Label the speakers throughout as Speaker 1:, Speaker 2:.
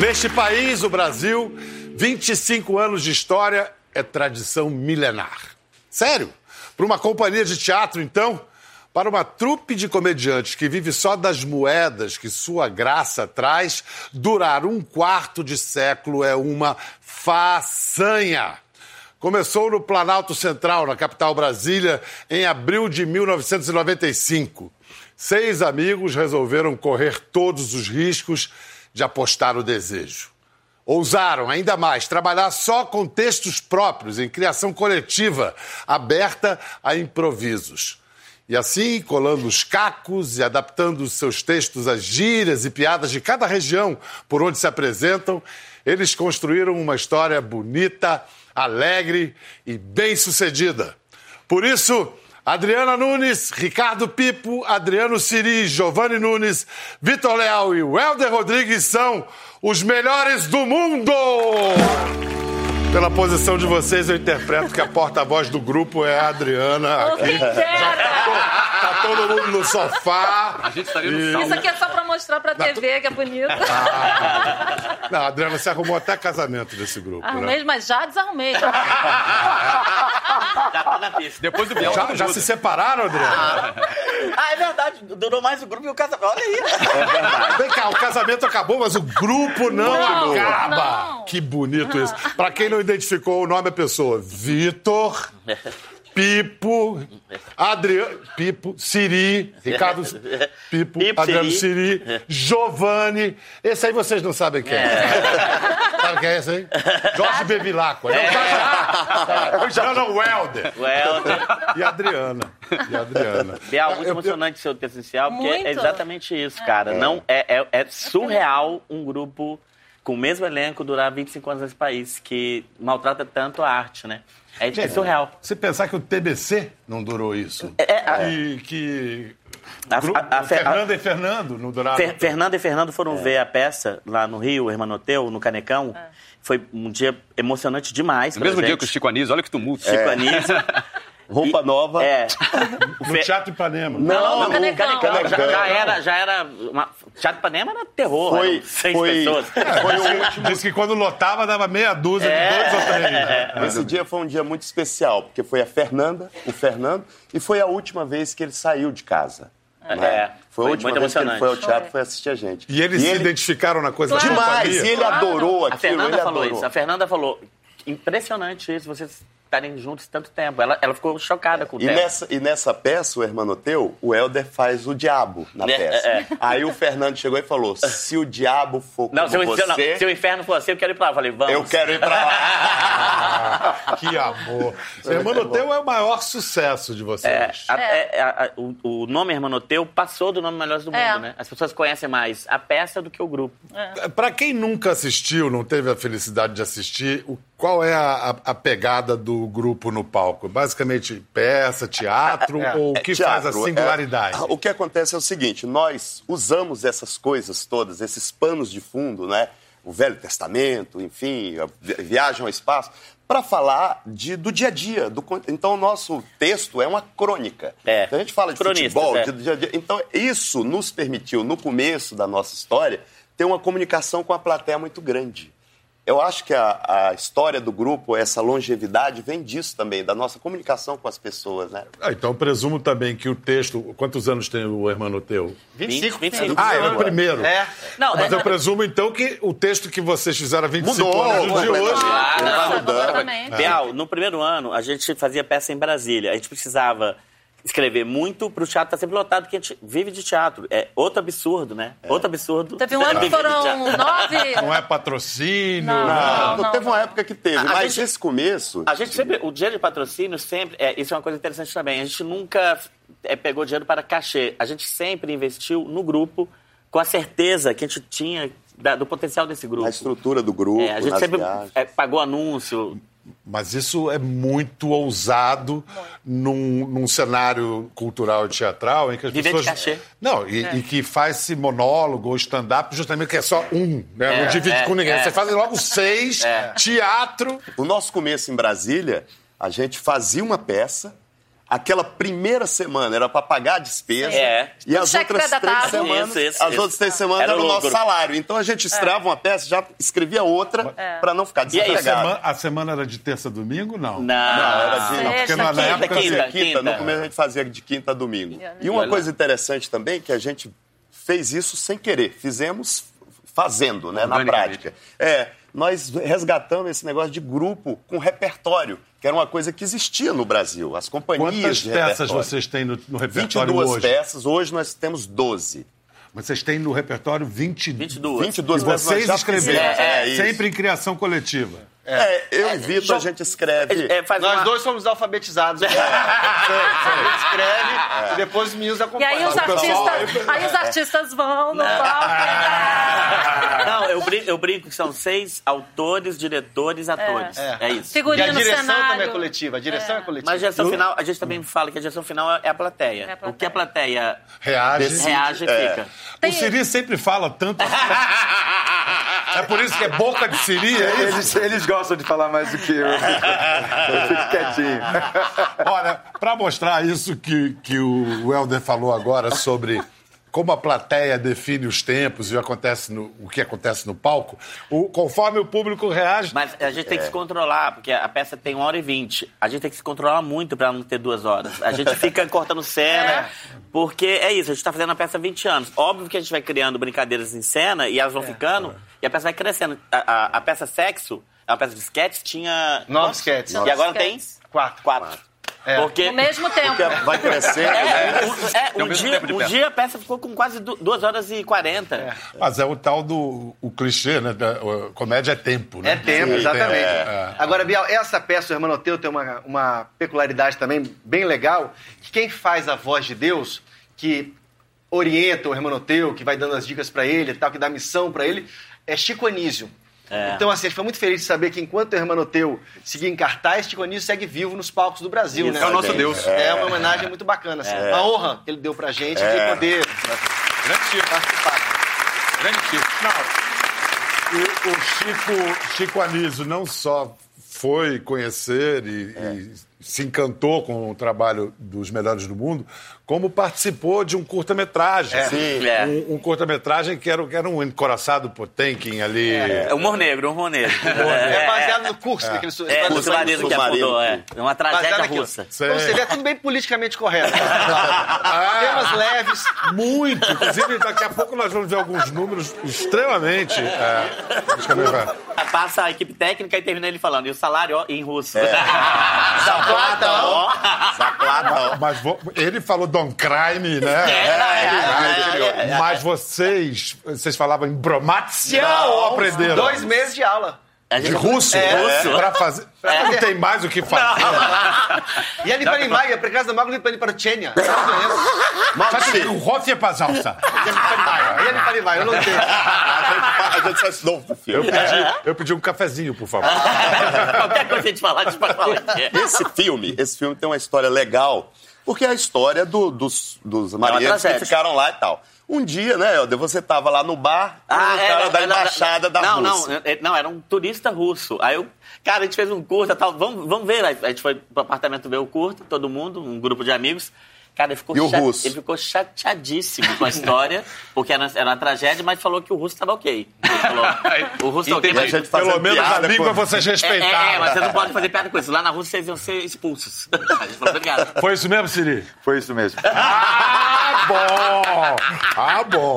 Speaker 1: Neste país, o Brasil, 25 anos de história é tradição milenar. Sério? Para uma companhia de teatro, então? Para uma trupe de comediantes que vive só das moedas que sua graça traz, durar um quarto de século é uma façanha. Começou no Planalto Central, na capital Brasília, em abril de 1995. Seis amigos resolveram correr todos os riscos de apostar o desejo. Ousaram ainda mais trabalhar só com textos próprios, em criação coletiva, aberta a improvisos. E assim, colando os cacos e adaptando os seus textos às gírias e piadas de cada região por onde se apresentam, eles construíram uma história bonita, alegre e bem-sucedida. Por isso, Adriana Nunes, Ricardo Pipo, Adriano Siri, Giovanni Nunes, Vitor Leal e Welder Rodrigues são os melhores do mundo! Pela posição de vocês, eu interpreto que a porta-voz do grupo é a Adriana.
Speaker 2: Ô,
Speaker 1: Aqui
Speaker 2: Quintela!
Speaker 1: tá todo mundo no sofá.
Speaker 3: A gente estaria no
Speaker 2: Isso
Speaker 3: sauna.
Speaker 2: aqui é só pra mostrar pra TV que é bonito.
Speaker 1: Não, a Adriana, você arrumou até casamento desse grupo, né?
Speaker 2: Arrumei, mas já desarrumei.
Speaker 4: Já tá na pista.
Speaker 3: Depois do
Speaker 5: Ah,
Speaker 3: Biel.
Speaker 1: Já, já se separaram, Adriana?
Speaker 4: Ah, é verdade. Durou mais o grupo e o casamento. Olha aí.
Speaker 1: Vem cá, o casamento acabou, mas o grupo não,
Speaker 2: Não,
Speaker 1: acaba.
Speaker 2: não.
Speaker 1: Que bonito isso. Pra quem não identificou o nome da pessoa, Vitor, Pipo, Adriano, Pipo, Siri, Ricardo, Pipo,
Speaker 4: Pipo,
Speaker 1: Adriano
Speaker 4: Siri.
Speaker 1: Siri, Giovanni. Esse aí vocês não sabem quem é. Sabe quem é esse aí? Jorge Bevilacqua. É um Não, já, já. Não, não, Welder.
Speaker 4: Well,
Speaker 1: E a Adriana. E a Adriana.
Speaker 4: Biel, muito
Speaker 1: Eu- eu-
Speaker 4: emocionante seu texto inicial, porque
Speaker 2: Muito.
Speaker 4: é exatamente isso, cara. Não, é, é, é surreal um grupo com o mesmo elenco durar 25 anos nesse país, que maltrata tanto a arte, né? É, é surreal.
Speaker 1: Você pensar que o TBC não durou isso.
Speaker 4: É, é, a-
Speaker 1: E que.
Speaker 4: A-
Speaker 1: grupo-
Speaker 4: a- a-
Speaker 1: Fernanda e Fernando não duraram.
Speaker 4: Fer- Fernanda e Fernando foram
Speaker 3: É.
Speaker 4: ver a peça lá no Rio, Hermanoteu, no Canecão. Foi um dia emocionante demais.
Speaker 3: No
Speaker 4: pra
Speaker 3: mesmo dia
Speaker 4: gente.
Speaker 3: que o Chico Anísio, olha que tumulto.
Speaker 4: Chico Anísio.
Speaker 6: Roupa nova.
Speaker 4: É.
Speaker 1: no Teatro Ipanema.
Speaker 2: Não, no
Speaker 4: o
Speaker 2: Canecão.
Speaker 4: Já,
Speaker 6: Canecão.
Speaker 4: já era. Já era uma... Teatro Panema era terror.
Speaker 6: Foi-
Speaker 4: eram seis
Speaker 6: foi-
Speaker 4: pessoas.
Speaker 1: Foi o último. Diz É, que quando lotava dava meia dúzia de dois ou três. né?
Speaker 6: Esse dia foi um dia muito especial, porque foi a Fernanda, o Fernando, e foi a última vez que ele saiu de casa. né?
Speaker 4: É,
Speaker 6: foi a
Speaker 4: foi
Speaker 6: última
Speaker 4: muito
Speaker 6: vez que ele
Speaker 4: emocionante.
Speaker 6: foi ao teatro
Speaker 2: Foi.
Speaker 6: e foi assistir a gente.
Speaker 1: E eles se identificaram na coisa
Speaker 2: Claro.
Speaker 1: da
Speaker 6: Demais,
Speaker 1: companhia?
Speaker 6: e ele adorou
Speaker 4: A
Speaker 6: aquilo,
Speaker 4: Fernanda
Speaker 6: ele
Speaker 4: falou
Speaker 6: adorou.
Speaker 4: isso. A Fernanda falou. Impressionante isso, vocês estarem juntos tanto tempo. Ela, ela ficou chocada com o
Speaker 6: E
Speaker 4: tempo.
Speaker 6: nessa, e nessa peça, o Hermanoteu, o Helder faz o diabo na
Speaker 4: Né,
Speaker 6: peça.
Speaker 4: é, é.
Speaker 6: Aí o Fernando chegou e falou: se o diabo for
Speaker 4: Não,
Speaker 6: como
Speaker 4: se, o- se
Speaker 6: você,
Speaker 4: eu- não, se o inferno for assim, eu quero ir pra lá. Eu falei, vamos.
Speaker 6: eu quero ir pra lá.
Speaker 1: Que amor. Irmão Teu é o maior sucesso de vocês.
Speaker 4: É, a- é, a- a- o, o nome Hermanoteu passou do nome Melhores do
Speaker 2: É.
Speaker 4: Mundo, né? As pessoas conhecem mais a peça do que o grupo.
Speaker 1: Pra quem nunca assistiu, não teve a felicidade de assistir, o- qual é a, a- a pegada do grupo no palco? Basicamente, peça, teatro ou o que faz a
Speaker 6: Teatro, é,
Speaker 1: singularidade?
Speaker 6: o que acontece é o seguinte: nós usamos essas coisas todas, esses panos de fundo, né? O Velho Testamento, enfim, a vi- viagem ao espaço, para falar de- do dia a dia. do con- então, o nosso texto é uma crônica.
Speaker 4: É.
Speaker 6: Então, a gente fala de
Speaker 4: Cronistas,
Speaker 6: futebol,
Speaker 4: é.
Speaker 6: de, do dia a dia. Então, isso nos permitiu, no começo da nossa história, ter uma comunicação com a plateia muito grande. Eu acho que a, a história do grupo, essa longevidade, vem disso também, da nossa comunicação com as pessoas, né?
Speaker 1: Ah, então eu presumo também que o texto. Quantos anos tem o Hermano Teu?
Speaker 4: 25,
Speaker 1: Ah, era o primeiro.
Speaker 6: É.
Speaker 4: Não,
Speaker 1: Mas
Speaker 4: é-
Speaker 1: eu presumo então que o texto que vocês fizeram há 25
Speaker 6: Mudou,
Speaker 1: anos do de
Speaker 6: completamente.
Speaker 1: hoje.
Speaker 4: Ah, não.
Speaker 2: Nossa,
Speaker 6: Vai mudando.
Speaker 2: completamente.
Speaker 6: Ah.
Speaker 4: Bial, no primeiro ano, a gente fazia peça em Brasília. A gente precisava escrever muito pro teatro estar sempre lotado, porque a gente vive de teatro. É outro absurdo, né?
Speaker 6: É.
Speaker 4: Outro absurdo.
Speaker 2: Teve um ano que
Speaker 4: Viver de teatro.
Speaker 2: foram nove.
Speaker 1: Não é patrocínio.
Speaker 2: Não.
Speaker 6: Não,
Speaker 2: não,
Speaker 6: teve uma época que teve,
Speaker 4: A- a
Speaker 6: mas
Speaker 4: gente-
Speaker 6: esse começo.
Speaker 4: A gente sempre, o dinheiro de patrocínio sempre, é, isso é uma coisa interessante também, a gente nunca é, pegou dinheiro para cachê, a gente sempre investiu no grupo com a certeza que a gente tinha da- do potencial desse grupo.
Speaker 6: Na estrutura do grupo,
Speaker 4: É, a gente
Speaker 6: nas
Speaker 4: sempre
Speaker 6: viagens.
Speaker 4: é, pagou anúncio.
Speaker 1: Mas isso é muito ousado Num, num cenário cultural e teatral em que as
Speaker 4: Viver de
Speaker 1: pessoas.
Speaker 4: cachê.
Speaker 1: Não, e, e que faz-se monólogo ou stand-up justamente que é só um, né?
Speaker 4: É,
Speaker 1: não divide
Speaker 4: é,
Speaker 1: com ninguém.
Speaker 4: é.
Speaker 1: Vocês fazem logo seis, teatro.
Speaker 6: O nosso começo em Brasília, a gente fazia uma peça, Aquela primeira semana era para pagar a despesa
Speaker 4: É.
Speaker 6: e
Speaker 2: O
Speaker 6: as
Speaker 2: cheque
Speaker 6: outras três
Speaker 2: pré-datado.
Speaker 6: semanas,
Speaker 4: Isso, isso,
Speaker 6: as
Speaker 4: isso.
Speaker 6: outras três semanas
Speaker 4: Era
Speaker 6: era, o nosso
Speaker 4: lucro. É.
Speaker 6: salário. Então a gente estrava uma peça, já escrevia outra para não ficar
Speaker 4: E é isso,
Speaker 1: A
Speaker 6: desempregado.
Speaker 1: semana, a semana era de terça a domingo? Não.
Speaker 4: Não,
Speaker 6: Não, era
Speaker 4: Ah,
Speaker 6: de- não,
Speaker 1: porque
Speaker 2: Sexta,
Speaker 1: na- na
Speaker 2: quinta,
Speaker 1: época,
Speaker 6: fazia
Speaker 4: quinta,
Speaker 6: quinta, no
Speaker 4: quinta.
Speaker 6: começo a gente fazia de quinta a domingo. E
Speaker 4: Olha
Speaker 6: uma
Speaker 4: lá.
Speaker 6: coisa interessante também, é que a gente fez isso sem querer, fizemos fazendo, né, na
Speaker 3: Organicamente.
Speaker 6: prática. É, nós resgatamos esse negócio de grupo com repertório, que era uma coisa que existia no Brasil, as companhias
Speaker 1: Quantas
Speaker 6: de
Speaker 1: peças
Speaker 6: repertório.
Speaker 1: vocês têm no, no repertório
Speaker 6: 22
Speaker 1: hoje?
Speaker 6: peças, hoje nós temos 12.
Speaker 1: Mas Vocês têm no repertório 20...
Speaker 4: 22.
Speaker 6: 22
Speaker 1: E
Speaker 6: peças nós
Speaker 1: vocês
Speaker 6: já
Speaker 1: escreveram.
Speaker 6: fizemos, é, isso.
Speaker 1: sempre em criação coletiva.
Speaker 6: É, eu e Vitor, a gente escreve.
Speaker 4: É, faz
Speaker 3: Nós
Speaker 4: uma-
Speaker 3: dois somos alfabetizados. A gente escreve e depois os meninos
Speaker 2: E
Speaker 3: acompanham.
Speaker 2: aí os artistas, aí os artistas vão no palco.
Speaker 4: Não, eu brinco, eu brinco que são seis autores, diretores, atores. É,
Speaker 3: É.
Speaker 4: isso.
Speaker 3: E
Speaker 2: Figurino
Speaker 3: a
Speaker 2: no
Speaker 3: direção
Speaker 2: cenário.
Speaker 3: também é coletiva. A direção é, coletiva.
Speaker 4: Mas a gestão final, a gente também fala que a gestão final é a plateia.
Speaker 2: É a plateia.
Speaker 4: O que a plateia
Speaker 1: Reage.
Speaker 4: reage e
Speaker 6: É.
Speaker 4: fica.
Speaker 1: O Siri sempre fala tanto assim. É por isso que é boca de Siri, é isso?
Speaker 3: Eles, eles gostam de falar mais do que eu. Eu fico quietinho.
Speaker 1: Olha, para mostrar isso que, que o Helder falou agora sobre como a plateia define os tempos e o acontece no- o que acontece no palco, o- conforme o público reage.
Speaker 4: Mas a gente tem que se controlar, porque a peça tem uma hora e vinte. A gente tem que se controlar muito pra não ter duas horas. A gente fica cortando cena, porque é isso, a gente tá fazendo a peça há 20 anos. Óbvio que a gente vai criando brincadeiras em cena e elas vão ficando, e a peça vai crescendo. A, a- a peça sexo, a peça de sketch, tinha.
Speaker 3: Nove
Speaker 4: quantos?
Speaker 3: sketches.
Speaker 4: E agora
Speaker 2: Nove
Speaker 4: tem?
Speaker 2: sketches.
Speaker 3: Quatro.
Speaker 4: Quatro.
Speaker 3: É.
Speaker 4: Porque.
Speaker 2: Ao mesmo tempo.
Speaker 6: Porque vai crescendo, né?
Speaker 4: É, um- é,
Speaker 3: É o
Speaker 4: um,
Speaker 3: mesmo
Speaker 4: dia,
Speaker 3: tempo de
Speaker 4: um
Speaker 3: peça.
Speaker 4: dia a peça ficou com quase du- duas horas e quarenta.
Speaker 1: Mas é o tal do o clichê, né? da- o- comédia é tempo, né?
Speaker 3: É tempo,
Speaker 1: Sim,
Speaker 3: exatamente.
Speaker 1: é.
Speaker 3: Agora, Bial, essa peça, o Hermanoteu, tem uma, uma peculiaridade também bem legal, que quem faz a voz de Deus, que orienta o Hermanoteu, que vai dando as dicas pra ele e tal, que dá missão pra ele, é Chico Anísio.
Speaker 4: É.
Speaker 3: Então, assim, a gente foi muito feliz de saber que enquanto o Hermanoteu seguia em cartaz, Chico Anísio segue vivo nos palcos do Brasil,
Speaker 4: Isso,
Speaker 3: né?
Speaker 4: é o nosso É.
Speaker 6: Deus.
Speaker 3: É uma homenagem muito bacana, assim. Uma honra que ele deu pra gente de poder Tá participar.
Speaker 1: E o Chico, Chico Anísio não só foi conhecer e, e se encantou com o trabalho dos melhores do mundo, como participou de um curta-metragem.
Speaker 6: Sim.
Speaker 4: É.
Speaker 1: Um, um cortometragem que era, que era um encoraçado Potemkin ali.
Speaker 4: É Humor negro, humor negro.
Speaker 3: É baseado no curso daquele su-
Speaker 4: É,
Speaker 3: do
Speaker 4: do submarino que
Speaker 6: submarino.
Speaker 4: afundou, é. É Uma tragédia
Speaker 3: naquilo.
Speaker 4: russa.
Speaker 1: Sei.
Speaker 3: Então você vê, é tudo bem politicamente correto.
Speaker 1: Ah.
Speaker 3: Temas leves.
Speaker 1: Muito! Inclusive, daqui a pouco nós vamos ver alguns números extremamente. É, deixa eu ver.
Speaker 4: Passa a equipe técnica e termina ele falando. E o salário, ó, em russo.
Speaker 3: É.
Speaker 4: é,
Speaker 3: Zaplata, ó.
Speaker 6: Sacladão.
Speaker 1: mas vo- ele falou Don Crime,
Speaker 4: É.
Speaker 1: né? Mas vocês. Vocês falavam em bromácia ou aprenderam?
Speaker 3: Dois meses de aula.
Speaker 4: A
Speaker 1: De
Speaker 4: gente-
Speaker 1: russo?
Speaker 4: É. Russo.
Speaker 1: Pra fazer. Não tem mais o que fazer.
Speaker 3: E ele para Maia, por causa da Magna, ele para para Tchênia. Eu não conheço.
Speaker 1: Faz o é Rofia Pazalsa.
Speaker 3: Ele para Maia, ele para Maia, eu não tenho.
Speaker 6: A gente, a gente só estudou pro
Speaker 1: Eu
Speaker 6: um filme.
Speaker 1: pedi, eu pedi um cafezinho, por favor.
Speaker 3: É.
Speaker 4: Qualquer coisa que a gente falar, a gente pode falar. que é.
Speaker 6: Esse filme, esse filme tem uma história legal, porque é a história do- dos, dos marinheiros que
Speaker 4: É tragédia.
Speaker 6: ficaram lá e tal. Um dia, né, Helder, você tava lá no bar com o
Speaker 4: é,
Speaker 6: cara
Speaker 4: não,
Speaker 6: da
Speaker 4: não,
Speaker 6: embaixada da
Speaker 4: não,
Speaker 6: Rússia.
Speaker 4: Não, é, não, era um turista russo. Aí eu, cara, a gente fez um curta tal, vamos, vamos ver. Aí a gente foi pro apartamento ver o curto, todo mundo, um grupo de amigos. Cara, ele ficou,
Speaker 6: E o
Speaker 4: cha-
Speaker 6: russo?
Speaker 4: ele ficou chateadíssimo com a história, porque era, era uma tragédia, mas falou que o russo estava ok. Ele falou, o russo tá ok,
Speaker 6: E a
Speaker 4: mas
Speaker 6: gente fazendo
Speaker 1: Pelo menos a
Speaker 6: piada
Speaker 1: língua
Speaker 6: com-
Speaker 1: vocês
Speaker 4: É,
Speaker 1: respeitaram.
Speaker 4: é, é, mas vocês não podem fazer piada com isso. Lá na Rússia vocês iam ser expulsos. A gente falou, obrigado.
Speaker 1: Foi isso mesmo, Siri?
Speaker 3: Foi isso mesmo.
Speaker 1: Ah, bom! Ah, bom!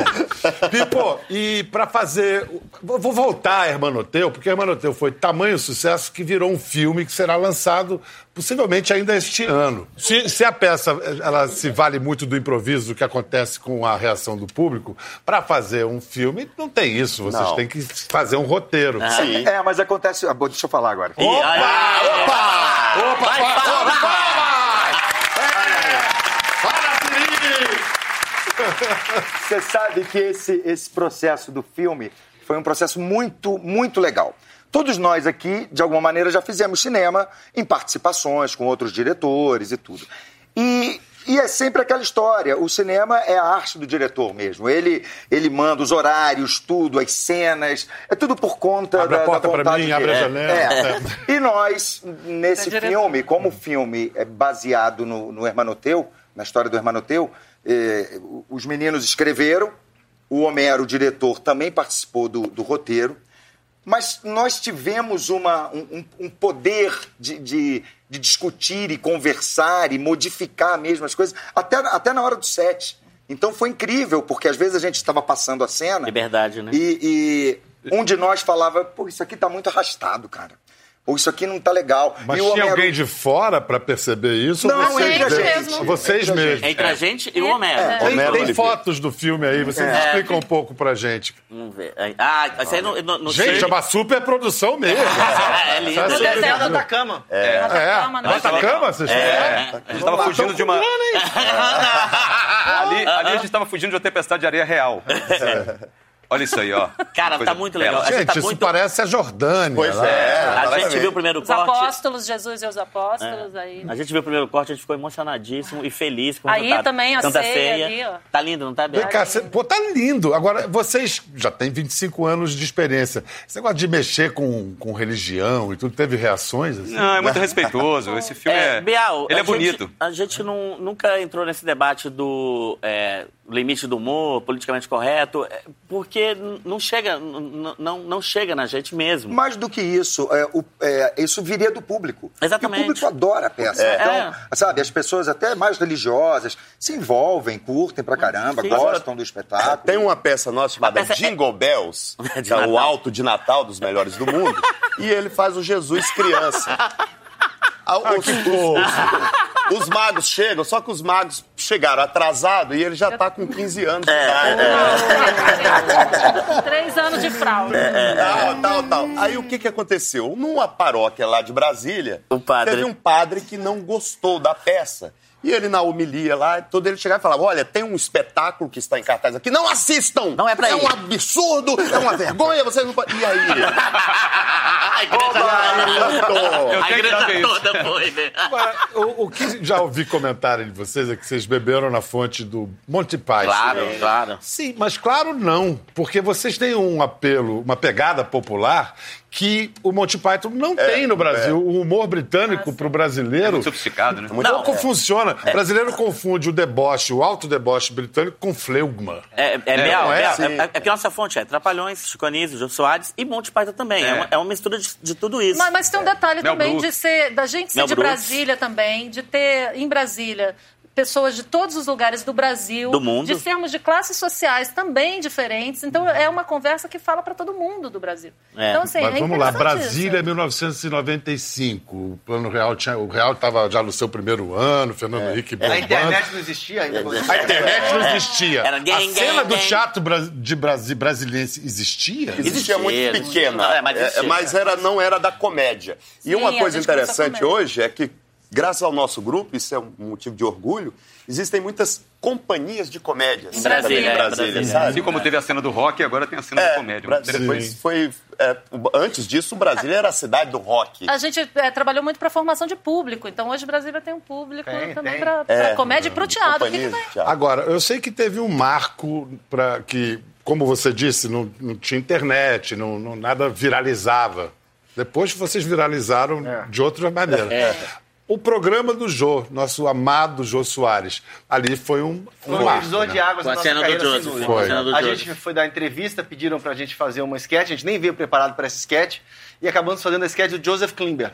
Speaker 1: Pipo, e pra fazer. Vou vou voltar a Hermanoteu, porque Hermanoteu foi tamanho sucesso que virou um filme que será lançado possivelmente ainda este ano. Se, se a peça ela se vale muito do improviso que acontece com a reação do público, pra fazer um filme não tem isso. Vocês
Speaker 6: Não.
Speaker 1: têm que fazer um roteiro.
Speaker 6: Sim.
Speaker 3: É, mas acontece... Ah, bom, deixa eu falar agora.
Speaker 4: Opa! é,
Speaker 1: Opa! Opa!
Speaker 4: Vai, fala,
Speaker 1: opa!
Speaker 4: vai!
Speaker 3: Você sabe que esse, esse processo do filme foi um processo muito, muito legal. Todos nós aqui, de alguma maneira, já fizemos cinema em participações com outros diretores e tudo. E,
Speaker 7: E é sempre aquela história. O cinema é a arte do diretor mesmo. Ele, ele manda os horários, tudo, as cenas. É tudo por conta
Speaker 1: Abre
Speaker 7: da,
Speaker 1: a porta
Speaker 7: da
Speaker 1: pra
Speaker 7: vontade
Speaker 1: mim,
Speaker 7: dele.
Speaker 1: abre a
Speaker 7: É,
Speaker 1: janela.
Speaker 7: é. E nós, nesse
Speaker 2: É diretor.
Speaker 7: filme, como o filme é baseado no, no Hermanoteu, na história do Hermanoteu, eh, os meninos escreveram, o Homero, o diretor, também participou do, do roteiro, mas nós tivemos uma, um, um- um poder de, de- de discutir e conversar e modificar mesmo as coisas, até, até na hora do set. Então foi incrível, porque às vezes a gente estava passando a cena.
Speaker 4: Liberdade, né?
Speaker 7: E, e um de nós falava, pô, isso aqui tá muito arrastado, cara. Ou isso aqui não tá legal.
Speaker 1: Mas
Speaker 7: e
Speaker 1: tinha alguém de fora pra perceber isso? ou
Speaker 7: Não,
Speaker 1: vocês
Speaker 2: entre a
Speaker 1: mesmos?
Speaker 2: gente mesmo.
Speaker 1: Vocês
Speaker 7: Entre a
Speaker 1: mesmos.
Speaker 6: É.
Speaker 4: Entre a gente e o Homero.
Speaker 1: Tem-
Speaker 6: Homero
Speaker 1: Tem,
Speaker 6: Oliveira.
Speaker 1: fotos do filme aí, vocês explicam um pouco pra gente.
Speaker 4: Vamos ver. Ah, isso aí não, não, não
Speaker 1: Gente,
Speaker 4: sei.
Speaker 1: é uma super produção mesmo.
Speaker 4: Ah, é lindo.
Speaker 1: Tá
Speaker 3: No
Speaker 1: super-
Speaker 3: deserto da cama.
Speaker 1: É,
Speaker 2: Cama, né?
Speaker 1: bota a cama, vocês
Speaker 5: A gente
Speaker 3: tá
Speaker 5: tava fugindo de uma. É. ali,
Speaker 3: Ah.
Speaker 5: ali a gente tava fugindo de uma tempestade de areia real.
Speaker 3: É.
Speaker 5: Olha isso aí, ó.
Speaker 4: Cara,
Speaker 5: Coisa
Speaker 4: tá muito
Speaker 5: bela.
Speaker 4: legal.
Speaker 1: Gente,
Speaker 4: tá
Speaker 1: isso
Speaker 4: muito-
Speaker 1: parece a Jordânia.
Speaker 6: Pois
Speaker 1: lá.
Speaker 6: é.
Speaker 4: A gente
Speaker 6: exatamente.
Speaker 4: viu o primeiro
Speaker 2: Os
Speaker 4: corte.
Speaker 2: apóstolos, Jesus e os apóstolos aí.
Speaker 4: A gente viu o primeiro corte, a gente ficou emocionadíssimo e feliz com o
Speaker 2: Aí
Speaker 4: resultado.
Speaker 2: também a
Speaker 4: Santa
Speaker 2: ceia
Speaker 4: ceia.
Speaker 2: ali, ó.
Speaker 4: Tá lindo, não tá,
Speaker 1: Vem
Speaker 4: Beto?
Speaker 1: cá, cê- pô, tá lindo. Agora, vocês já têm 25 anos de experiência. Esse negócio de mexer com, com religião e tudo, teve reações? Assim?
Speaker 5: Não, é muito respeitoso. Esse filme é.
Speaker 4: É, Bial,
Speaker 5: ele
Speaker 4: a
Speaker 5: é bonito.
Speaker 4: Gente, a gente não- nunca entrou nesse debate do é, limite do humor, politicamente correto, é, porque n- não chega, n- n- não, não chega na gente mesmo.
Speaker 7: Mais do que isso, é, o- é, isso viria do público.
Speaker 4: Exatamente. É.
Speaker 7: E o público adora a peça. Então, sabe, as pessoas até mais religiosas se envolvem, curtem pra caramba,
Speaker 4: Sim.
Speaker 7: gostam do espetáculo.
Speaker 6: Tem uma peça nossa chamada
Speaker 4: Ah, Uma peça é-
Speaker 6: Jingle Bells,
Speaker 4: De
Speaker 6: que é o
Speaker 4: Natal.
Speaker 6: alto de Natal dos melhores do mundo, e ele faz o Jesus criança. Ah, os, os- os magos chegam, só que os magos chegaram atrasado e ele já tá com 15 anos
Speaker 4: É,
Speaker 6: de idade.
Speaker 2: Três anos de fraude.
Speaker 4: É,
Speaker 6: Tal, tal, tal. Aí o que que aconteceu? Numa paróquia lá de Brasília,
Speaker 4: O padre.
Speaker 6: teve um padre que não gostou da peça. E ele na homilia lá, todo ele chegava e falava: Olha, tem um espetáculo que está em cartaz aqui, não assistam!
Speaker 4: Não é pra
Speaker 6: É
Speaker 4: ir."
Speaker 6: um absurdo, é uma vergonha, vocês não podem. E aí?
Speaker 4: a igreja,
Speaker 6: Oba!
Speaker 5: Eu
Speaker 4: a
Speaker 5: tenho que dar um
Speaker 4: igreja
Speaker 5: jeito.
Speaker 4: toda foi, né?
Speaker 1: Agora, o, o que já ouvi comentário de vocês é que vocês beberam na fonte do Monte Paz.
Speaker 4: Claro, claro.
Speaker 1: Sim, mas claro não, porque vocês têm um apelo, uma pegada popular que o Monty Python não tem no Brasil. O humor
Speaker 2: Ah,
Speaker 1: britânico pro
Speaker 5: É
Speaker 1: brasileiro
Speaker 5: muito sofisticado, né?
Speaker 1: pouco funciona. O brasileiro confunde o deboche, o alto deboche britânico com fleugma.
Speaker 4: É, é, Bial,
Speaker 1: não é?
Speaker 4: Bial,
Speaker 1: Sim.
Speaker 4: é, é, porque a nossa fonte é Trapalhões, Chico Anísio, Jô Soares e Monte Python também. É,
Speaker 5: É.
Speaker 4: uma, é uma mistura de, de tudo isso.
Speaker 2: Mas, mas tem um detalhe
Speaker 5: Mel
Speaker 2: também
Speaker 5: Brooks.
Speaker 2: de ser da gente ser
Speaker 4: Mel
Speaker 2: de
Speaker 4: Brooks.
Speaker 2: Brasília também, de ter em Brasília pessoas de todos os lugares do Brasil,
Speaker 4: Do mundo.
Speaker 2: de sermos de classes sociais também diferentes. Então é uma conversa que fala para todo mundo do Brasil.
Speaker 4: É.
Speaker 2: Então assim,
Speaker 1: Mas
Speaker 2: é
Speaker 1: vamos lá,
Speaker 2: interessante
Speaker 1: Brasília, 1995. O plano real tinha, o real estava já no seu primeiro ano, Fernando Henrique bombando.
Speaker 3: A internet não existia ainda. quando-
Speaker 1: A internet não existia.
Speaker 4: Era
Speaker 1: a
Speaker 4: gang,
Speaker 1: cena
Speaker 4: gang,
Speaker 1: do
Speaker 4: gang.
Speaker 1: teatro bra- de Brasi brasiliense existia?
Speaker 6: Existia muito
Speaker 4: Existia,
Speaker 6: pequena,
Speaker 4: não, é, mas
Speaker 6: é,
Speaker 4: existia.
Speaker 6: mas era, não era da comédia. E
Speaker 2: Sim,
Speaker 6: uma
Speaker 2: a
Speaker 6: coisa
Speaker 2: gente começou
Speaker 6: interessante
Speaker 2: com medo.
Speaker 6: hoje é que, graças ao nosso grupo, isso é um motivo de orgulho, existem muitas companhias de comédia. sabe,
Speaker 4: Brasília,
Speaker 6: em
Speaker 4: é,
Speaker 6: Brasília,
Speaker 4: Brasília.
Speaker 6: sabe?
Speaker 5: Assim como teve a cena do rock, agora tem a cena
Speaker 3: É,
Speaker 5: da comédia.
Speaker 6: É,
Speaker 4: um
Speaker 6: Bra-
Speaker 5: Muito interessante.
Speaker 6: depois foi, é, o- antes disso, o Brasília era a cidade do rock.
Speaker 2: A gente é, trabalhou muito para formação de público, então hoje Brasília tem um público
Speaker 3: Tem,
Speaker 2: também
Speaker 3: tem.
Speaker 2: para
Speaker 6: É.
Speaker 2: comédia e para o teatro. O que
Speaker 6: Companhia
Speaker 2: que tem?
Speaker 6: de teatro.
Speaker 1: Agora, eu sei que teve um marco para que, como você disse, não, não tinha internet, não, não- nada viralizava. Depois vocês viralizaram
Speaker 3: É.
Speaker 1: de outra maneira. O programa do Jô, nosso amado Jô Soares, ali foi um, um
Speaker 3: Foi um
Speaker 1: marco,
Speaker 3: divisor
Speaker 1: né?
Speaker 3: de águas
Speaker 4: Com a
Speaker 3: na nossa
Speaker 4: cena do
Speaker 3: carreira, sem
Speaker 4: Joseph,
Speaker 3: dúvida.
Speaker 1: com a
Speaker 4: cena do
Speaker 3: A
Speaker 4: Joseph.
Speaker 3: gente foi dar entrevista, pediram pra gente fazer uma sketch, a gente nem veio preparado pra essa sketch, e acabamos fazendo a sketch do Joseph Klimber.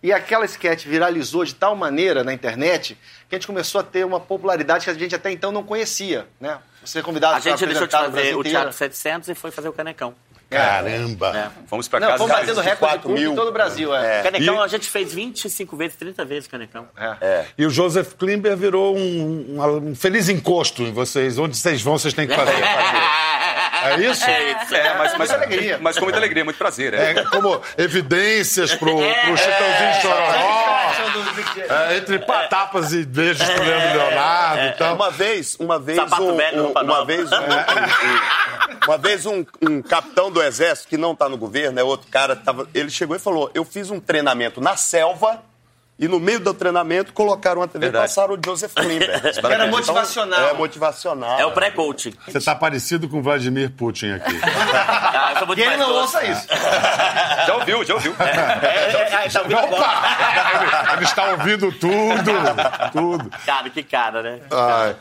Speaker 3: E aquela sketch viralizou de tal maneira na internet que a gente começou a ter uma popularidade que a gente até então não conhecia, né? Você é convidado
Speaker 4: A gente
Speaker 3: pra
Speaker 4: deixou de
Speaker 3: apresentar no
Speaker 4: fazer
Speaker 3: Brasil
Speaker 4: o
Speaker 3: inteiro.
Speaker 4: Teatro 700 e foi fazer o Canecão.
Speaker 1: Caramba!
Speaker 5: Fomos pra
Speaker 3: Não,
Speaker 5: casa.
Speaker 3: fomos batendo recorde de
Speaker 6: 24
Speaker 3: público
Speaker 6: mil.
Speaker 3: em todo o Brasil, é.
Speaker 4: Canecão a gente fez 25 vezes, 30 vezes Canecão.
Speaker 3: É.
Speaker 1: E o Joseph Klimber virou um, um- um feliz encosto em vocês. Onde vocês vão, vocês têm que fazer. É isso?
Speaker 4: É isso.
Speaker 5: É, mas, mas,
Speaker 3: Muita alegria.
Speaker 5: mas com muita alegria, muito prazer. É.
Speaker 1: É como evidências pro, pro Chitãozinho Chororó. É, entre patapas e beijos pro Leandro Leonardo
Speaker 5: É,
Speaker 1: então. e tal.
Speaker 6: É, Uma vez, uma vez,
Speaker 4: Ah, então. Sapato
Speaker 6: um,
Speaker 4: velho,
Speaker 6: um-
Speaker 4: roupa
Speaker 6: uma
Speaker 4: nova. É.
Speaker 6: vez, um, um- um- uma vez um, um capitão do exército que não tá no governo, é outro cara, tava, ele chegou e falou: "Eu fiz um treinamento na selva E no meio do treinamento colocaram uma TV e
Speaker 5: Verdade.
Speaker 6: passaram o Joseph Klimber.
Speaker 3: Era
Speaker 6: Então,
Speaker 3: motivacional.
Speaker 6: é motivacional.
Speaker 4: É o pré-coaching.
Speaker 1: Você tá parecido com Vladimir Putin aqui.
Speaker 4: Ah, eu sou muito
Speaker 3: E ele
Speaker 4: mais
Speaker 3: não
Speaker 4: doce.
Speaker 3: ouça isso.
Speaker 5: Já ouviu, já ouviu.
Speaker 4: É, é, é, tá muito bom.
Speaker 1: Opa! Ele, ele está ouvindo tudo, tudo.
Speaker 4: Cara, que cara, né?
Speaker 1: Ai.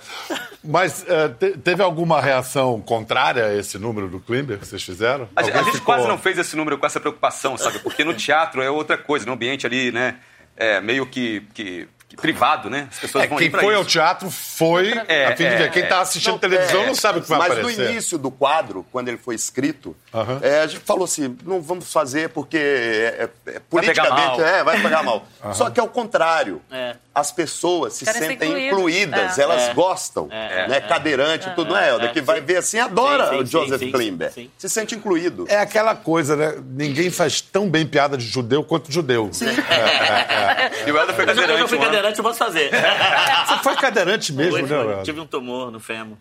Speaker 1: Mas eh, te- teve alguma reação contrária a esse número do Klimber que vocês fizeram?
Speaker 5: A, gente- a
Speaker 1: Alguém
Speaker 5: gente
Speaker 1: ficou-
Speaker 5: quase não fez esse número com essa preocupação, sabe? Porque no teatro é outra coisa, no ambiente ali, né? É meio que, que- que privado, né? As pessoas
Speaker 1: É,
Speaker 5: vão
Speaker 1: quem
Speaker 5: ir pra
Speaker 1: foi
Speaker 5: isso.
Speaker 1: ao teatro foi
Speaker 5: É,
Speaker 1: a fim de
Speaker 5: é,
Speaker 1: ver. Quem
Speaker 5: é.
Speaker 1: tá assistindo televisão
Speaker 6: é,
Speaker 1: não sabe o que vai
Speaker 6: Mas
Speaker 1: aparecer.
Speaker 6: no início do quadro, quando ele foi escrito,
Speaker 1: Aham.
Speaker 6: é, a gente falou assim: não vamos fazer porque é, é- é politicamente
Speaker 5: mal.
Speaker 6: é, vai pegar mal. Só que é o contrário.
Speaker 4: É.
Speaker 6: As pessoas se
Speaker 2: Querem ser
Speaker 6: sentem
Speaker 2: incluídas.
Speaker 6: incluídas,
Speaker 2: É.
Speaker 6: elas
Speaker 4: É.
Speaker 6: gostam.
Speaker 4: É.
Speaker 6: né?
Speaker 4: É.
Speaker 6: Cadeirante, tudo, não é, Helder?
Speaker 4: É.
Speaker 6: Que vai
Speaker 4: Sim.
Speaker 6: ver assim, adora
Speaker 4: Sim, sim,
Speaker 6: o Joseph
Speaker 4: sim, sim,
Speaker 6: Klimber.
Speaker 4: sim.
Speaker 6: Se sente incluído.
Speaker 1: É aquela coisa, né? Ninguém faz tão bem piada de judeu quanto judeu.
Speaker 5: E o Helder foi
Speaker 4: Eu já- eu já
Speaker 5: cadeirante.
Speaker 4: fui
Speaker 5: um ano.
Speaker 4: cadeirante, eu posso fazer.
Speaker 1: Você foi cadeirante mesmo,
Speaker 4: Hoje
Speaker 1: né,
Speaker 4: foi-
Speaker 1: Leandro?
Speaker 4: tive um tumor no fêmur.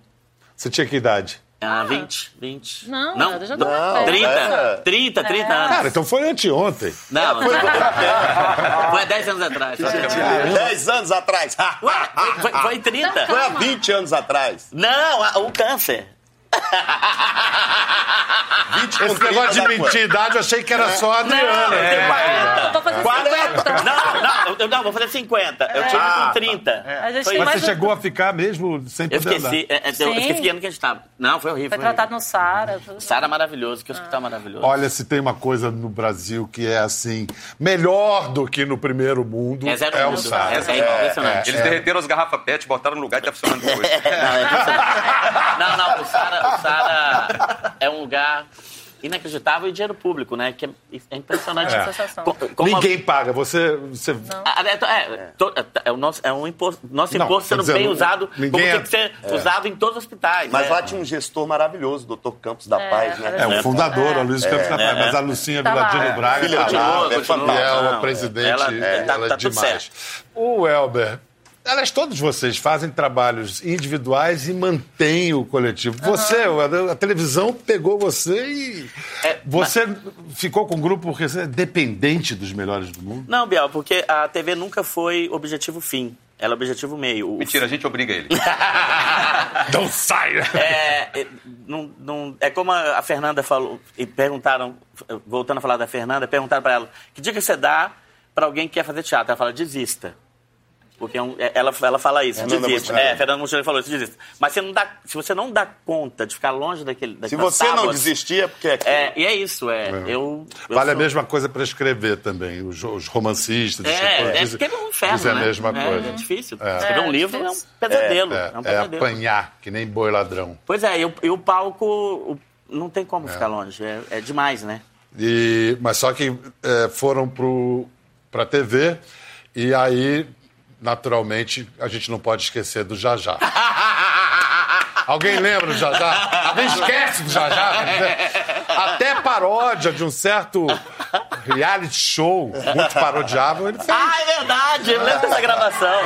Speaker 1: Você tinha que idade?
Speaker 4: Ah, 20, 20.
Speaker 2: Não,
Speaker 4: não,
Speaker 2: eu já tô
Speaker 4: não.
Speaker 2: na
Speaker 6: Não,
Speaker 2: festa.
Speaker 4: 30,
Speaker 6: É.
Speaker 4: 30, 30
Speaker 5: Ah.
Speaker 4: anos.
Speaker 1: Cara, então foi anteontem.
Speaker 4: Não, foi, foi há 10 anos atrás.
Speaker 6: É. Dez anos atrás.
Speaker 4: Ué, foi- foi, foi em 30?
Speaker 6: Foi há 20 anos atrás.
Speaker 4: Não, a- o câncer.
Speaker 6: 20
Speaker 1: Esse negócio de mentir É. idade, eu achei que era só a
Speaker 4: Não,
Speaker 1: Adriana.
Speaker 4: eu tenho 40.
Speaker 2: Eu tô fazendo 50.
Speaker 4: Não, não, eu, não, vou fazer 50. Eu tive
Speaker 2: Ah,
Speaker 4: com 30.
Speaker 2: A gente
Speaker 4: Foi-
Speaker 2: tem
Speaker 1: Mas
Speaker 2: mais
Speaker 1: você
Speaker 2: um-
Speaker 1: chegou a ficar mesmo sem
Speaker 4: Eu
Speaker 1: poder andar.
Speaker 4: esqueci, é, é, eu
Speaker 2: Sim.
Speaker 4: esqueci que ano que a gente tava. Não, foi horrível.
Speaker 2: Foi tratado no Sara. tudo.
Speaker 4: Sara é maravilhoso, que hospital maravilhoso.
Speaker 1: Olha, se tem uma coisa no Brasil que é assim, melhor do que no primeiro mundo,
Speaker 4: é zero
Speaker 1: é o
Speaker 4: mundo.
Speaker 1: Sara.
Speaker 4: É, é impressionante.
Speaker 5: Eles derreteram as garrafas PET, botaram no lugar e tá funcionando até hoje.
Speaker 4: Não, é impressionante. não, não, o Sara, o Sara é um lugar inacreditável e dinheiro público, né? Que é, é impressionante
Speaker 1: É.
Speaker 4: a sensação. Co- como a-
Speaker 1: Ninguém paga. Você. você...
Speaker 4: Ah, é, é, é, to- é, é o nosso, é um imposto, nosso
Speaker 1: Não,
Speaker 4: imposto
Speaker 1: tô
Speaker 4: sendo
Speaker 1: dizendo,
Speaker 4: bem usado,
Speaker 1: ninguém
Speaker 4: como
Speaker 1: é-
Speaker 4: tem que ser usado em todos os hospitais.
Speaker 6: Mas
Speaker 4: né?
Speaker 6: lá tinha um gestor maravilhoso, o doutor Campos da
Speaker 2: É,
Speaker 6: Paz, né?
Speaker 1: É, o fundador, a Luísa Campos da
Speaker 4: é,
Speaker 1: Paz,
Speaker 4: é.
Speaker 1: mas a Lucinha
Speaker 2: Tá lá.
Speaker 1: Viladino
Speaker 2: É,
Speaker 1: Braga
Speaker 6: filha
Speaker 1: tá
Speaker 6: de
Speaker 1: lá,
Speaker 6: Lourdes,
Speaker 1: é
Speaker 6: continua.
Speaker 1: fantástica,
Speaker 4: Não,
Speaker 1: a presidente,
Speaker 4: ela-
Speaker 1: ela,
Speaker 4: é, tá-
Speaker 1: é
Speaker 4: tá tudo
Speaker 1: demais.
Speaker 4: certo.
Speaker 1: O Elber, aliás, todos vocês fazem trabalhos individuais e mantêm o coletivo. Você, a, a televisão pegou você e...
Speaker 4: É,
Speaker 1: você ficou com o grupo porque você é dependente dos melhores do mundo?
Speaker 4: Não, Biel, porque a TV nunca foi objetivo fim. Ela é objetivo meio. O-
Speaker 5: Mentira, a gente obriga ele.
Speaker 1: Não saia!
Speaker 4: É, é, não- não- é como a a Fernanda falou, e perguntaram, voltando a falar da Fernanda, perguntaram pra ela, que dica você dá pra alguém que quer fazer teatro? Ela fala, desista. Porque é um- é- ela, ela fala isso,
Speaker 6: Fernanda
Speaker 4: desista.
Speaker 6: Montenegro.
Speaker 4: É, Fernanda Montenegro falou isso, desista. Mas você não dá, se você não dá conta de ficar longe daquele...
Speaker 6: Se
Speaker 4: daquelas
Speaker 6: você não
Speaker 4: tábuas,
Speaker 6: desistir, é porque é aquilo.
Speaker 4: É, e é isso, é. Eu, eu
Speaker 1: Vale a
Speaker 4: sou-
Speaker 1: mesma coisa para escrever também. Os, os romancistas, os
Speaker 4: É, é
Speaker 1: escritores
Speaker 4: porque é um inferno,
Speaker 1: dizem
Speaker 4: né?
Speaker 1: a mesma
Speaker 4: É,
Speaker 1: coisa.
Speaker 4: É difícil.
Speaker 1: É.
Speaker 4: Escrever
Speaker 2: É,
Speaker 4: um livro é um
Speaker 2: difícil.
Speaker 4: pesadelo. É, um
Speaker 1: É, é
Speaker 4: pesadelo.
Speaker 1: apanhar, que nem boi ladrão.
Speaker 4: Pois é, e o, e o palco o- não tem como ficar longe. É, é demais, né?
Speaker 1: E, mas só que é, foram para a TV e aí, naturalmente, a gente não pode esquecer do Jajá. Alguém lembra do Jajá? Alguém esquece do Jajá? Até paródia de um certo reality show muito parodiável, ele fez.
Speaker 4: Ah, é verdade! Eu lembro dessa gravação.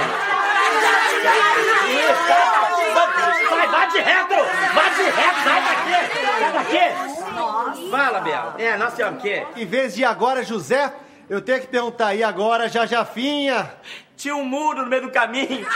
Speaker 8: Vai, vai de reto! Vai de reto! Sai daqui! Sai daqui! Fala, Biel. É, nós temos o quê?
Speaker 9: Em vez de agora, José, eu tenho que perguntar aí agora, já Jafinha.
Speaker 8: Tinha um muro no meio do caminho.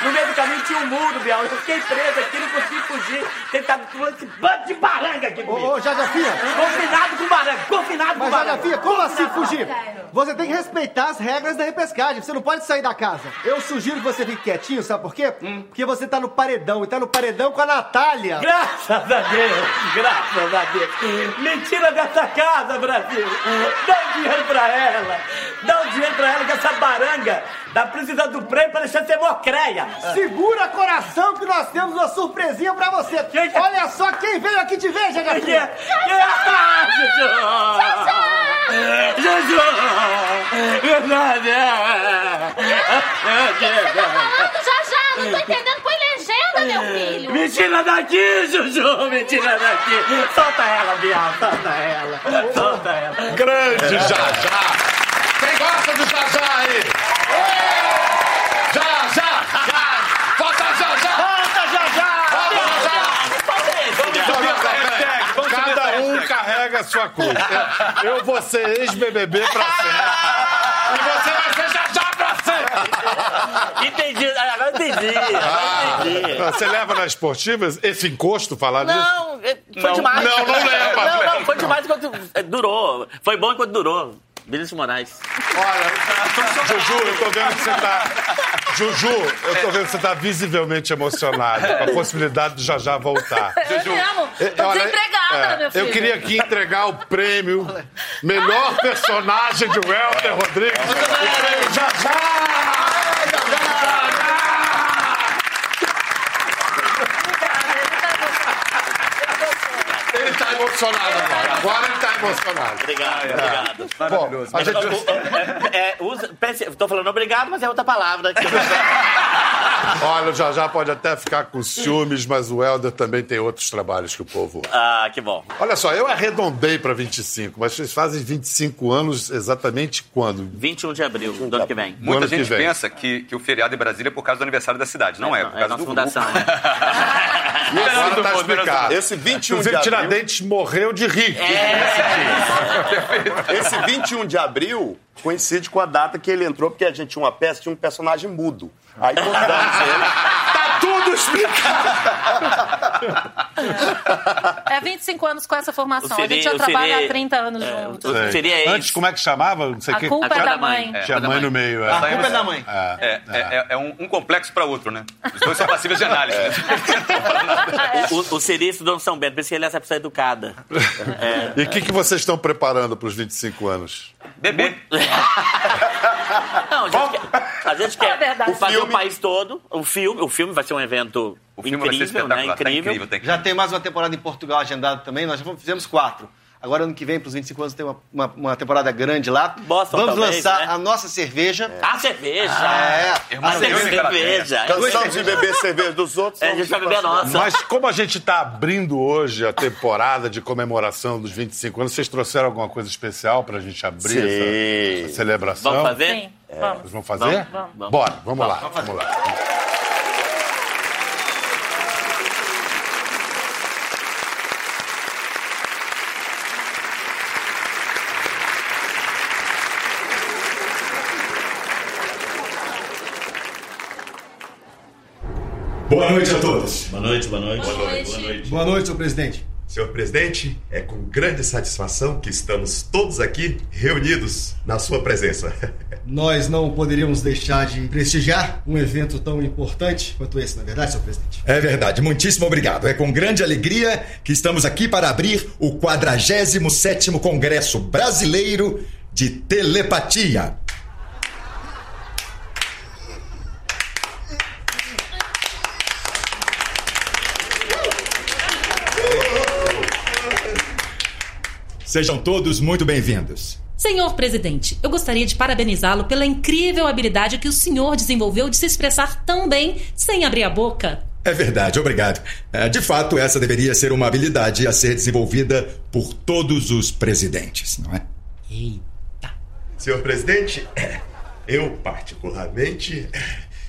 Speaker 8: No meio do caminho tinha um muro, Biel. Eu fiquei preso aqui, não consegui fugir. Tem que estar com esse bando de baranga aqui
Speaker 9: Ô,
Speaker 8: comigo.
Speaker 9: ô já Jafinha.
Speaker 8: Confinado com baranga, confinado com
Speaker 9: Mas já
Speaker 8: baranga.
Speaker 9: Jafinha, como assim fugir? Você tem que respeitar as regras da repescagem, você não pode sair da casa. Eu sugiro que você fique quietinho, sabe por quê? Porque você tá no paredão, e tá no paredão com a Natália.
Speaker 8: Graças a Deus, graças a Deus. Mentira dessa casa, Brasil. Dá o dinheiro pra ela. Dá o dinheiro pra ela que essa baranga tá precisando do prêmio pra deixar de ser mocreia.
Speaker 9: Segura coração que nós temos uma surpresinha pra você.
Speaker 8: Quem que- é?
Speaker 9: Olha só quem veio aqui te ver, já
Speaker 8: Quem é?
Speaker 9: Jafinha.
Speaker 8: Quem é? Ah, Jojo! Jojo! Verdade,
Speaker 10: Falando
Speaker 8: é.
Speaker 10: já já, não tô entendendo. Põe legenda, meu filho.
Speaker 8: Mentira daqui, Juju! Mentira daqui! Solta ela, Bial! Solta ela! Solta ela!
Speaker 1: Grande Jajá! Quem gosta do Jajá aí? É. Jajá! Falta Jajá!
Speaker 8: Solta, Jajá!
Speaker 1: Falta Jajá!
Speaker 5: hashtag, vamos subir essa
Speaker 1: Cada um
Speaker 5: hashtag.
Speaker 1: carrega a sua coisa.
Speaker 5: Ah!
Speaker 1: Eu vou ser ex-BBB pra sempre. E você vai ser Jajá pra sempre!
Speaker 4: Entendi, é, agora entendi.
Speaker 1: Ah.
Speaker 4: Agora entendi.
Speaker 1: Você leva nas esportivas esse encosto falar disso?
Speaker 4: Não, é, foi demais.
Speaker 1: Não, não leva.
Speaker 4: Não, não, foi demais enquanto é, durou. Foi bom enquanto durou. Vinícius Moraes.
Speaker 1: Olha, Juju, eu tô vendo que você tá. Juju, eu tô vendo que você tá visivelmente emocionado com a possibilidade de já já voltar.
Speaker 2: Eu te amo. Tô
Speaker 1: olha,
Speaker 2: desempregada,
Speaker 1: é,
Speaker 2: meu filho.
Speaker 1: Eu queria aqui entregar o prêmio melhor personagem de Welter Rodrigues. O prêmio já já! Ele tá emocionado agora. Agora ele tá emocionado.
Speaker 4: Obrigado, obrigado.
Speaker 1: Bom, a gente...
Speaker 4: É, é, usa, pense- tô falando obrigado, mas é outra palavra. que eu-
Speaker 1: Olha, o Jajá pode até ficar com ciúmes, mas o Helder também tem outros trabalhos que o povo.
Speaker 4: Ah, que bom.
Speaker 1: Olha só, eu arredondei para 25, mas vocês fazem 25 anos exatamente quando?
Speaker 4: 21 de abril do ano que vem.
Speaker 5: Muita
Speaker 1: ano que
Speaker 5: gente
Speaker 1: vem.
Speaker 5: pensa que, que o feriado em Brasília é por causa do aniversário da cidade. Não é, é por
Speaker 4: É
Speaker 5: causa
Speaker 4: a nossa
Speaker 5: do
Speaker 4: fundação.
Speaker 5: grupo.
Speaker 1: Agora tá explicado.
Speaker 6: Esse 21 de
Speaker 1: Inclusive,
Speaker 6: abril.
Speaker 1: Tiradentes morreu de rir.
Speaker 6: Esse 21 de abril coincide com a data que ele entrou, porque a gente tinha uma peça, tinha um personagem mudo. Aí convidamos
Speaker 4: Ah,
Speaker 6: ele.
Speaker 1: Tá tudo explicado.
Speaker 2: É 25 anos com essa formação.
Speaker 4: O Siri-
Speaker 2: a gente já
Speaker 4: o
Speaker 2: trabalha
Speaker 4: Siri-
Speaker 2: há 30 anos
Speaker 4: É,
Speaker 2: juntos.
Speaker 4: o- seria isso.
Speaker 1: Antes, como é que chamava? Não sei
Speaker 2: A
Speaker 1: que.
Speaker 2: culpa
Speaker 4: a
Speaker 2: é
Speaker 4: da
Speaker 2: da
Speaker 4: mãe.
Speaker 2: mãe.
Speaker 1: Tinha mãe no meio. É.
Speaker 3: A culpa é da mãe.
Speaker 5: É, é, é- é um, um complexo para outro, né? Os dois são passíveis de análise. né?
Speaker 4: É. O, o Siri estudou no São Bento, por isso que ele é essa pessoa educada.
Speaker 1: E o que, que vocês estão preparando para os 25 anos?
Speaker 5: Bebê.
Speaker 4: Não, a gente quer, a gente
Speaker 2: É
Speaker 4: quer
Speaker 2: verdade.
Speaker 4: fazer o país todo. O filme, o filme vai ser um evento
Speaker 5: O filme vai ser
Speaker 4: incrível,
Speaker 5: espetacular. Tá
Speaker 4: né?
Speaker 5: incrível,
Speaker 4: Incrível.
Speaker 5: tá incrível.
Speaker 3: Já tem mais uma temporada em Portugal agendada também, nós já fomos- fizemos quatro. Agora, ano que vem, para os 25 anos, tem uma, uma, uma temporada grande lá.
Speaker 4: Boston,
Speaker 3: Vamos
Speaker 4: talvez,
Speaker 3: lançar
Speaker 4: né? Ah.
Speaker 3: a nossa cerveja.
Speaker 4: A cerveja!
Speaker 3: É.
Speaker 4: a
Speaker 5: Irmão, Ah, eu é. e Carateia.
Speaker 4: cerveja!
Speaker 6: Cansamos de beber cerveja dos outros.
Speaker 4: É, a gente vai beber a nossa.
Speaker 1: Mas como a gente está abrindo hoje a temporada de comemoração dos 25 anos, vocês trouxeram alguma coisa especial para a gente abrir
Speaker 6: Sim.
Speaker 1: essa, essa celebração?
Speaker 4: Vamos fazer?
Speaker 2: Sim, vamos.
Speaker 1: Vocês vão fazer?
Speaker 4: Vamos, vamos.
Speaker 1: Bora, vamos lá, vamos lá.
Speaker 11: Boa noite a todos.
Speaker 4: Boa noite, boa noite. Boa noite.
Speaker 9: Boa noite, senhor presidente.
Speaker 11: Senhor presidente, é com grande satisfação que estamos todos aqui reunidos na sua presença.
Speaker 9: Nós não poderíamos deixar de prestigiar um evento tão importante quanto esse, na verdade, senhor presidente.
Speaker 11: É verdade, muitíssimo obrigado. É com grande alegria que estamos aqui para abrir o 47º Congresso Brasileiro de Telepatia. Sejam todos muito bem-vindos.
Speaker 12: Senhor presidente, eu gostaria de parabenizá-lo pela incrível habilidade que o senhor desenvolveu de se expressar tão bem sem abrir a boca.
Speaker 11: É verdade, obrigado. É, De fato, essa deveria ser uma habilidade a ser desenvolvida por todos os presidentes, não é?
Speaker 13: Senhor presidente, eu particularmente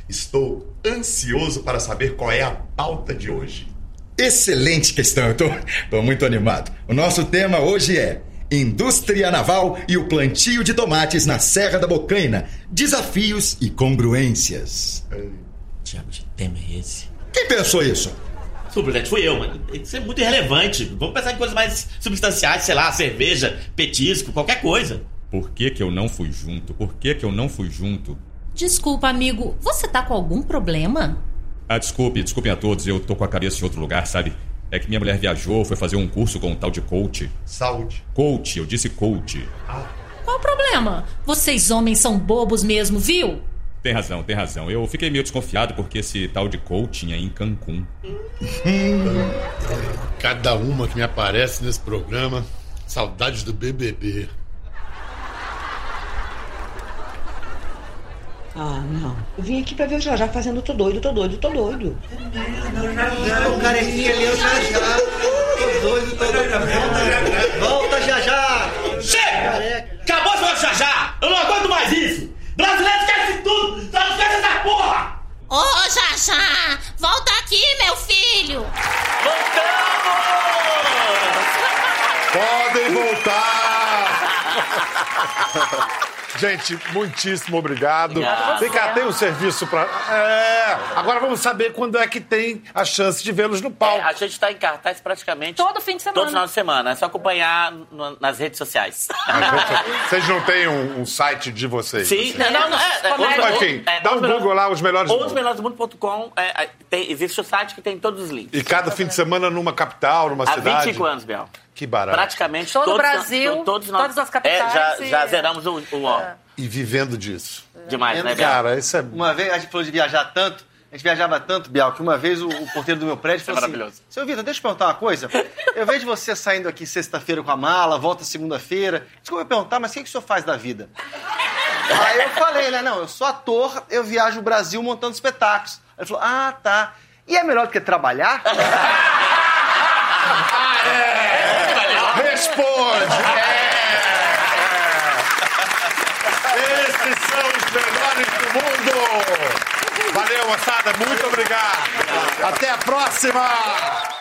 Speaker 13: estou ansioso para saber qual é a pauta de hoje.
Speaker 11: Excelente questão, eu tô, tô muito animado. O nosso tema hoje é Indústria Naval e o Plantio de Tomates na Serra da Bocaina. Desafios e congruências.
Speaker 14: diabo de tema é esse?
Speaker 11: Quem pensou isso?
Speaker 14: Senhor presidente, fui eu, mano. Isso é muito irrelevante. Vamos pensar em coisas mais substanciais, sei lá, cerveja, petisco, qualquer coisa.
Speaker 15: Por que, que eu não fui junto? Por que, que eu não fui junto?
Speaker 12: Desculpa, amigo, você tá com algum problema?
Speaker 15: Ah, desculpe, desculpem a todos, eu tô com a cabeça em outro lugar, sabe? É que minha mulher viajou, foi fazer um curso com um tal de coach.
Speaker 13: Saúde.
Speaker 15: Coach, eu disse coach.
Speaker 12: Qual o problema? Vocês homens são bobos mesmo, viu?
Speaker 15: Tem razão, tem razão. Eu fiquei meio desconfiado porque esse tal de coaching é em Cancún.
Speaker 1: Cada uma que me aparece nesse programa, saudades do BBB.
Speaker 16: Ah, não. Eu vim aqui pra ver o Jajá fazendo tô doido, tô doido, tô doido.
Speaker 8: O carequinha ali é o Jajá. Tô doido, tô doido. Volta, Jajá.
Speaker 14: Chega! Acabou esse negócio já já! Eu não aguento mais isso! Brasileiro esquece tudo! Só não esquece essa porra!
Speaker 10: Ô, Jajá, volta aqui, meu filho.
Speaker 1: Podem voltar! Gente, muitíssimo obrigado.
Speaker 17: Obrigado.
Speaker 1: Vem cá, tem um serviço pra. É. Agora vamos saber quando é que tem a chance de vê-los no palco.
Speaker 4: É, A gente está em cartaz praticamente todo fim de semana. Todo final de semana. É só acompanhar no- nas redes sociais.
Speaker 1: Vocês não têm um, um site de vocês?
Speaker 4: Sim, não, não, não, é, é,
Speaker 1: Ou-
Speaker 4: os-
Speaker 1: Enfim,
Speaker 4: é,
Speaker 1: dá
Speaker 4: os
Speaker 1: um
Speaker 4: melhores-
Speaker 1: Google lá, os melhores do
Speaker 4: Ou
Speaker 1: mundo.
Speaker 4: osmelhoresdomundo.com. É, é, tem- existe o site que tem todos os links.
Speaker 1: E cada fim de semana numa capital, numa
Speaker 4: Há
Speaker 1: cidade. Tá.
Speaker 4: 25 anos, Biel.
Speaker 1: Que barato.
Speaker 4: Praticamente
Speaker 2: Todo o
Speaker 4: todos,
Speaker 2: Brasil,
Speaker 4: to- todos nós-
Speaker 2: todas as capitais
Speaker 4: É, já,
Speaker 2: e- É,
Speaker 4: já zeramos o, o ó.
Speaker 1: E vivendo disso.
Speaker 4: Demais, né, Biel?
Speaker 1: Cara, isso é.
Speaker 3: Uma vez, a gente falou de viajar tanto, a gente viajava tanto, Bial, que uma vez o, o porteiro do meu prédio falou assim:
Speaker 4: maravilhoso.
Speaker 3: Seu Vitor, deixa eu perguntar uma coisa. Eu vejo você saindo aqui sexta-feira com a mala, volta segunda-feira. Desculpa eu perguntar, mas o que, que o senhor faz da vida? Aí eu falei, né? Não, eu sou ator, eu viajo o Brasil montando espetáculos. Ele falou: Ah, tá. E é melhor do que trabalhar?
Speaker 1: Responde! É. Esses são os melhores do mundo! Valeu, moçada, muito obrigado! Até a próxima!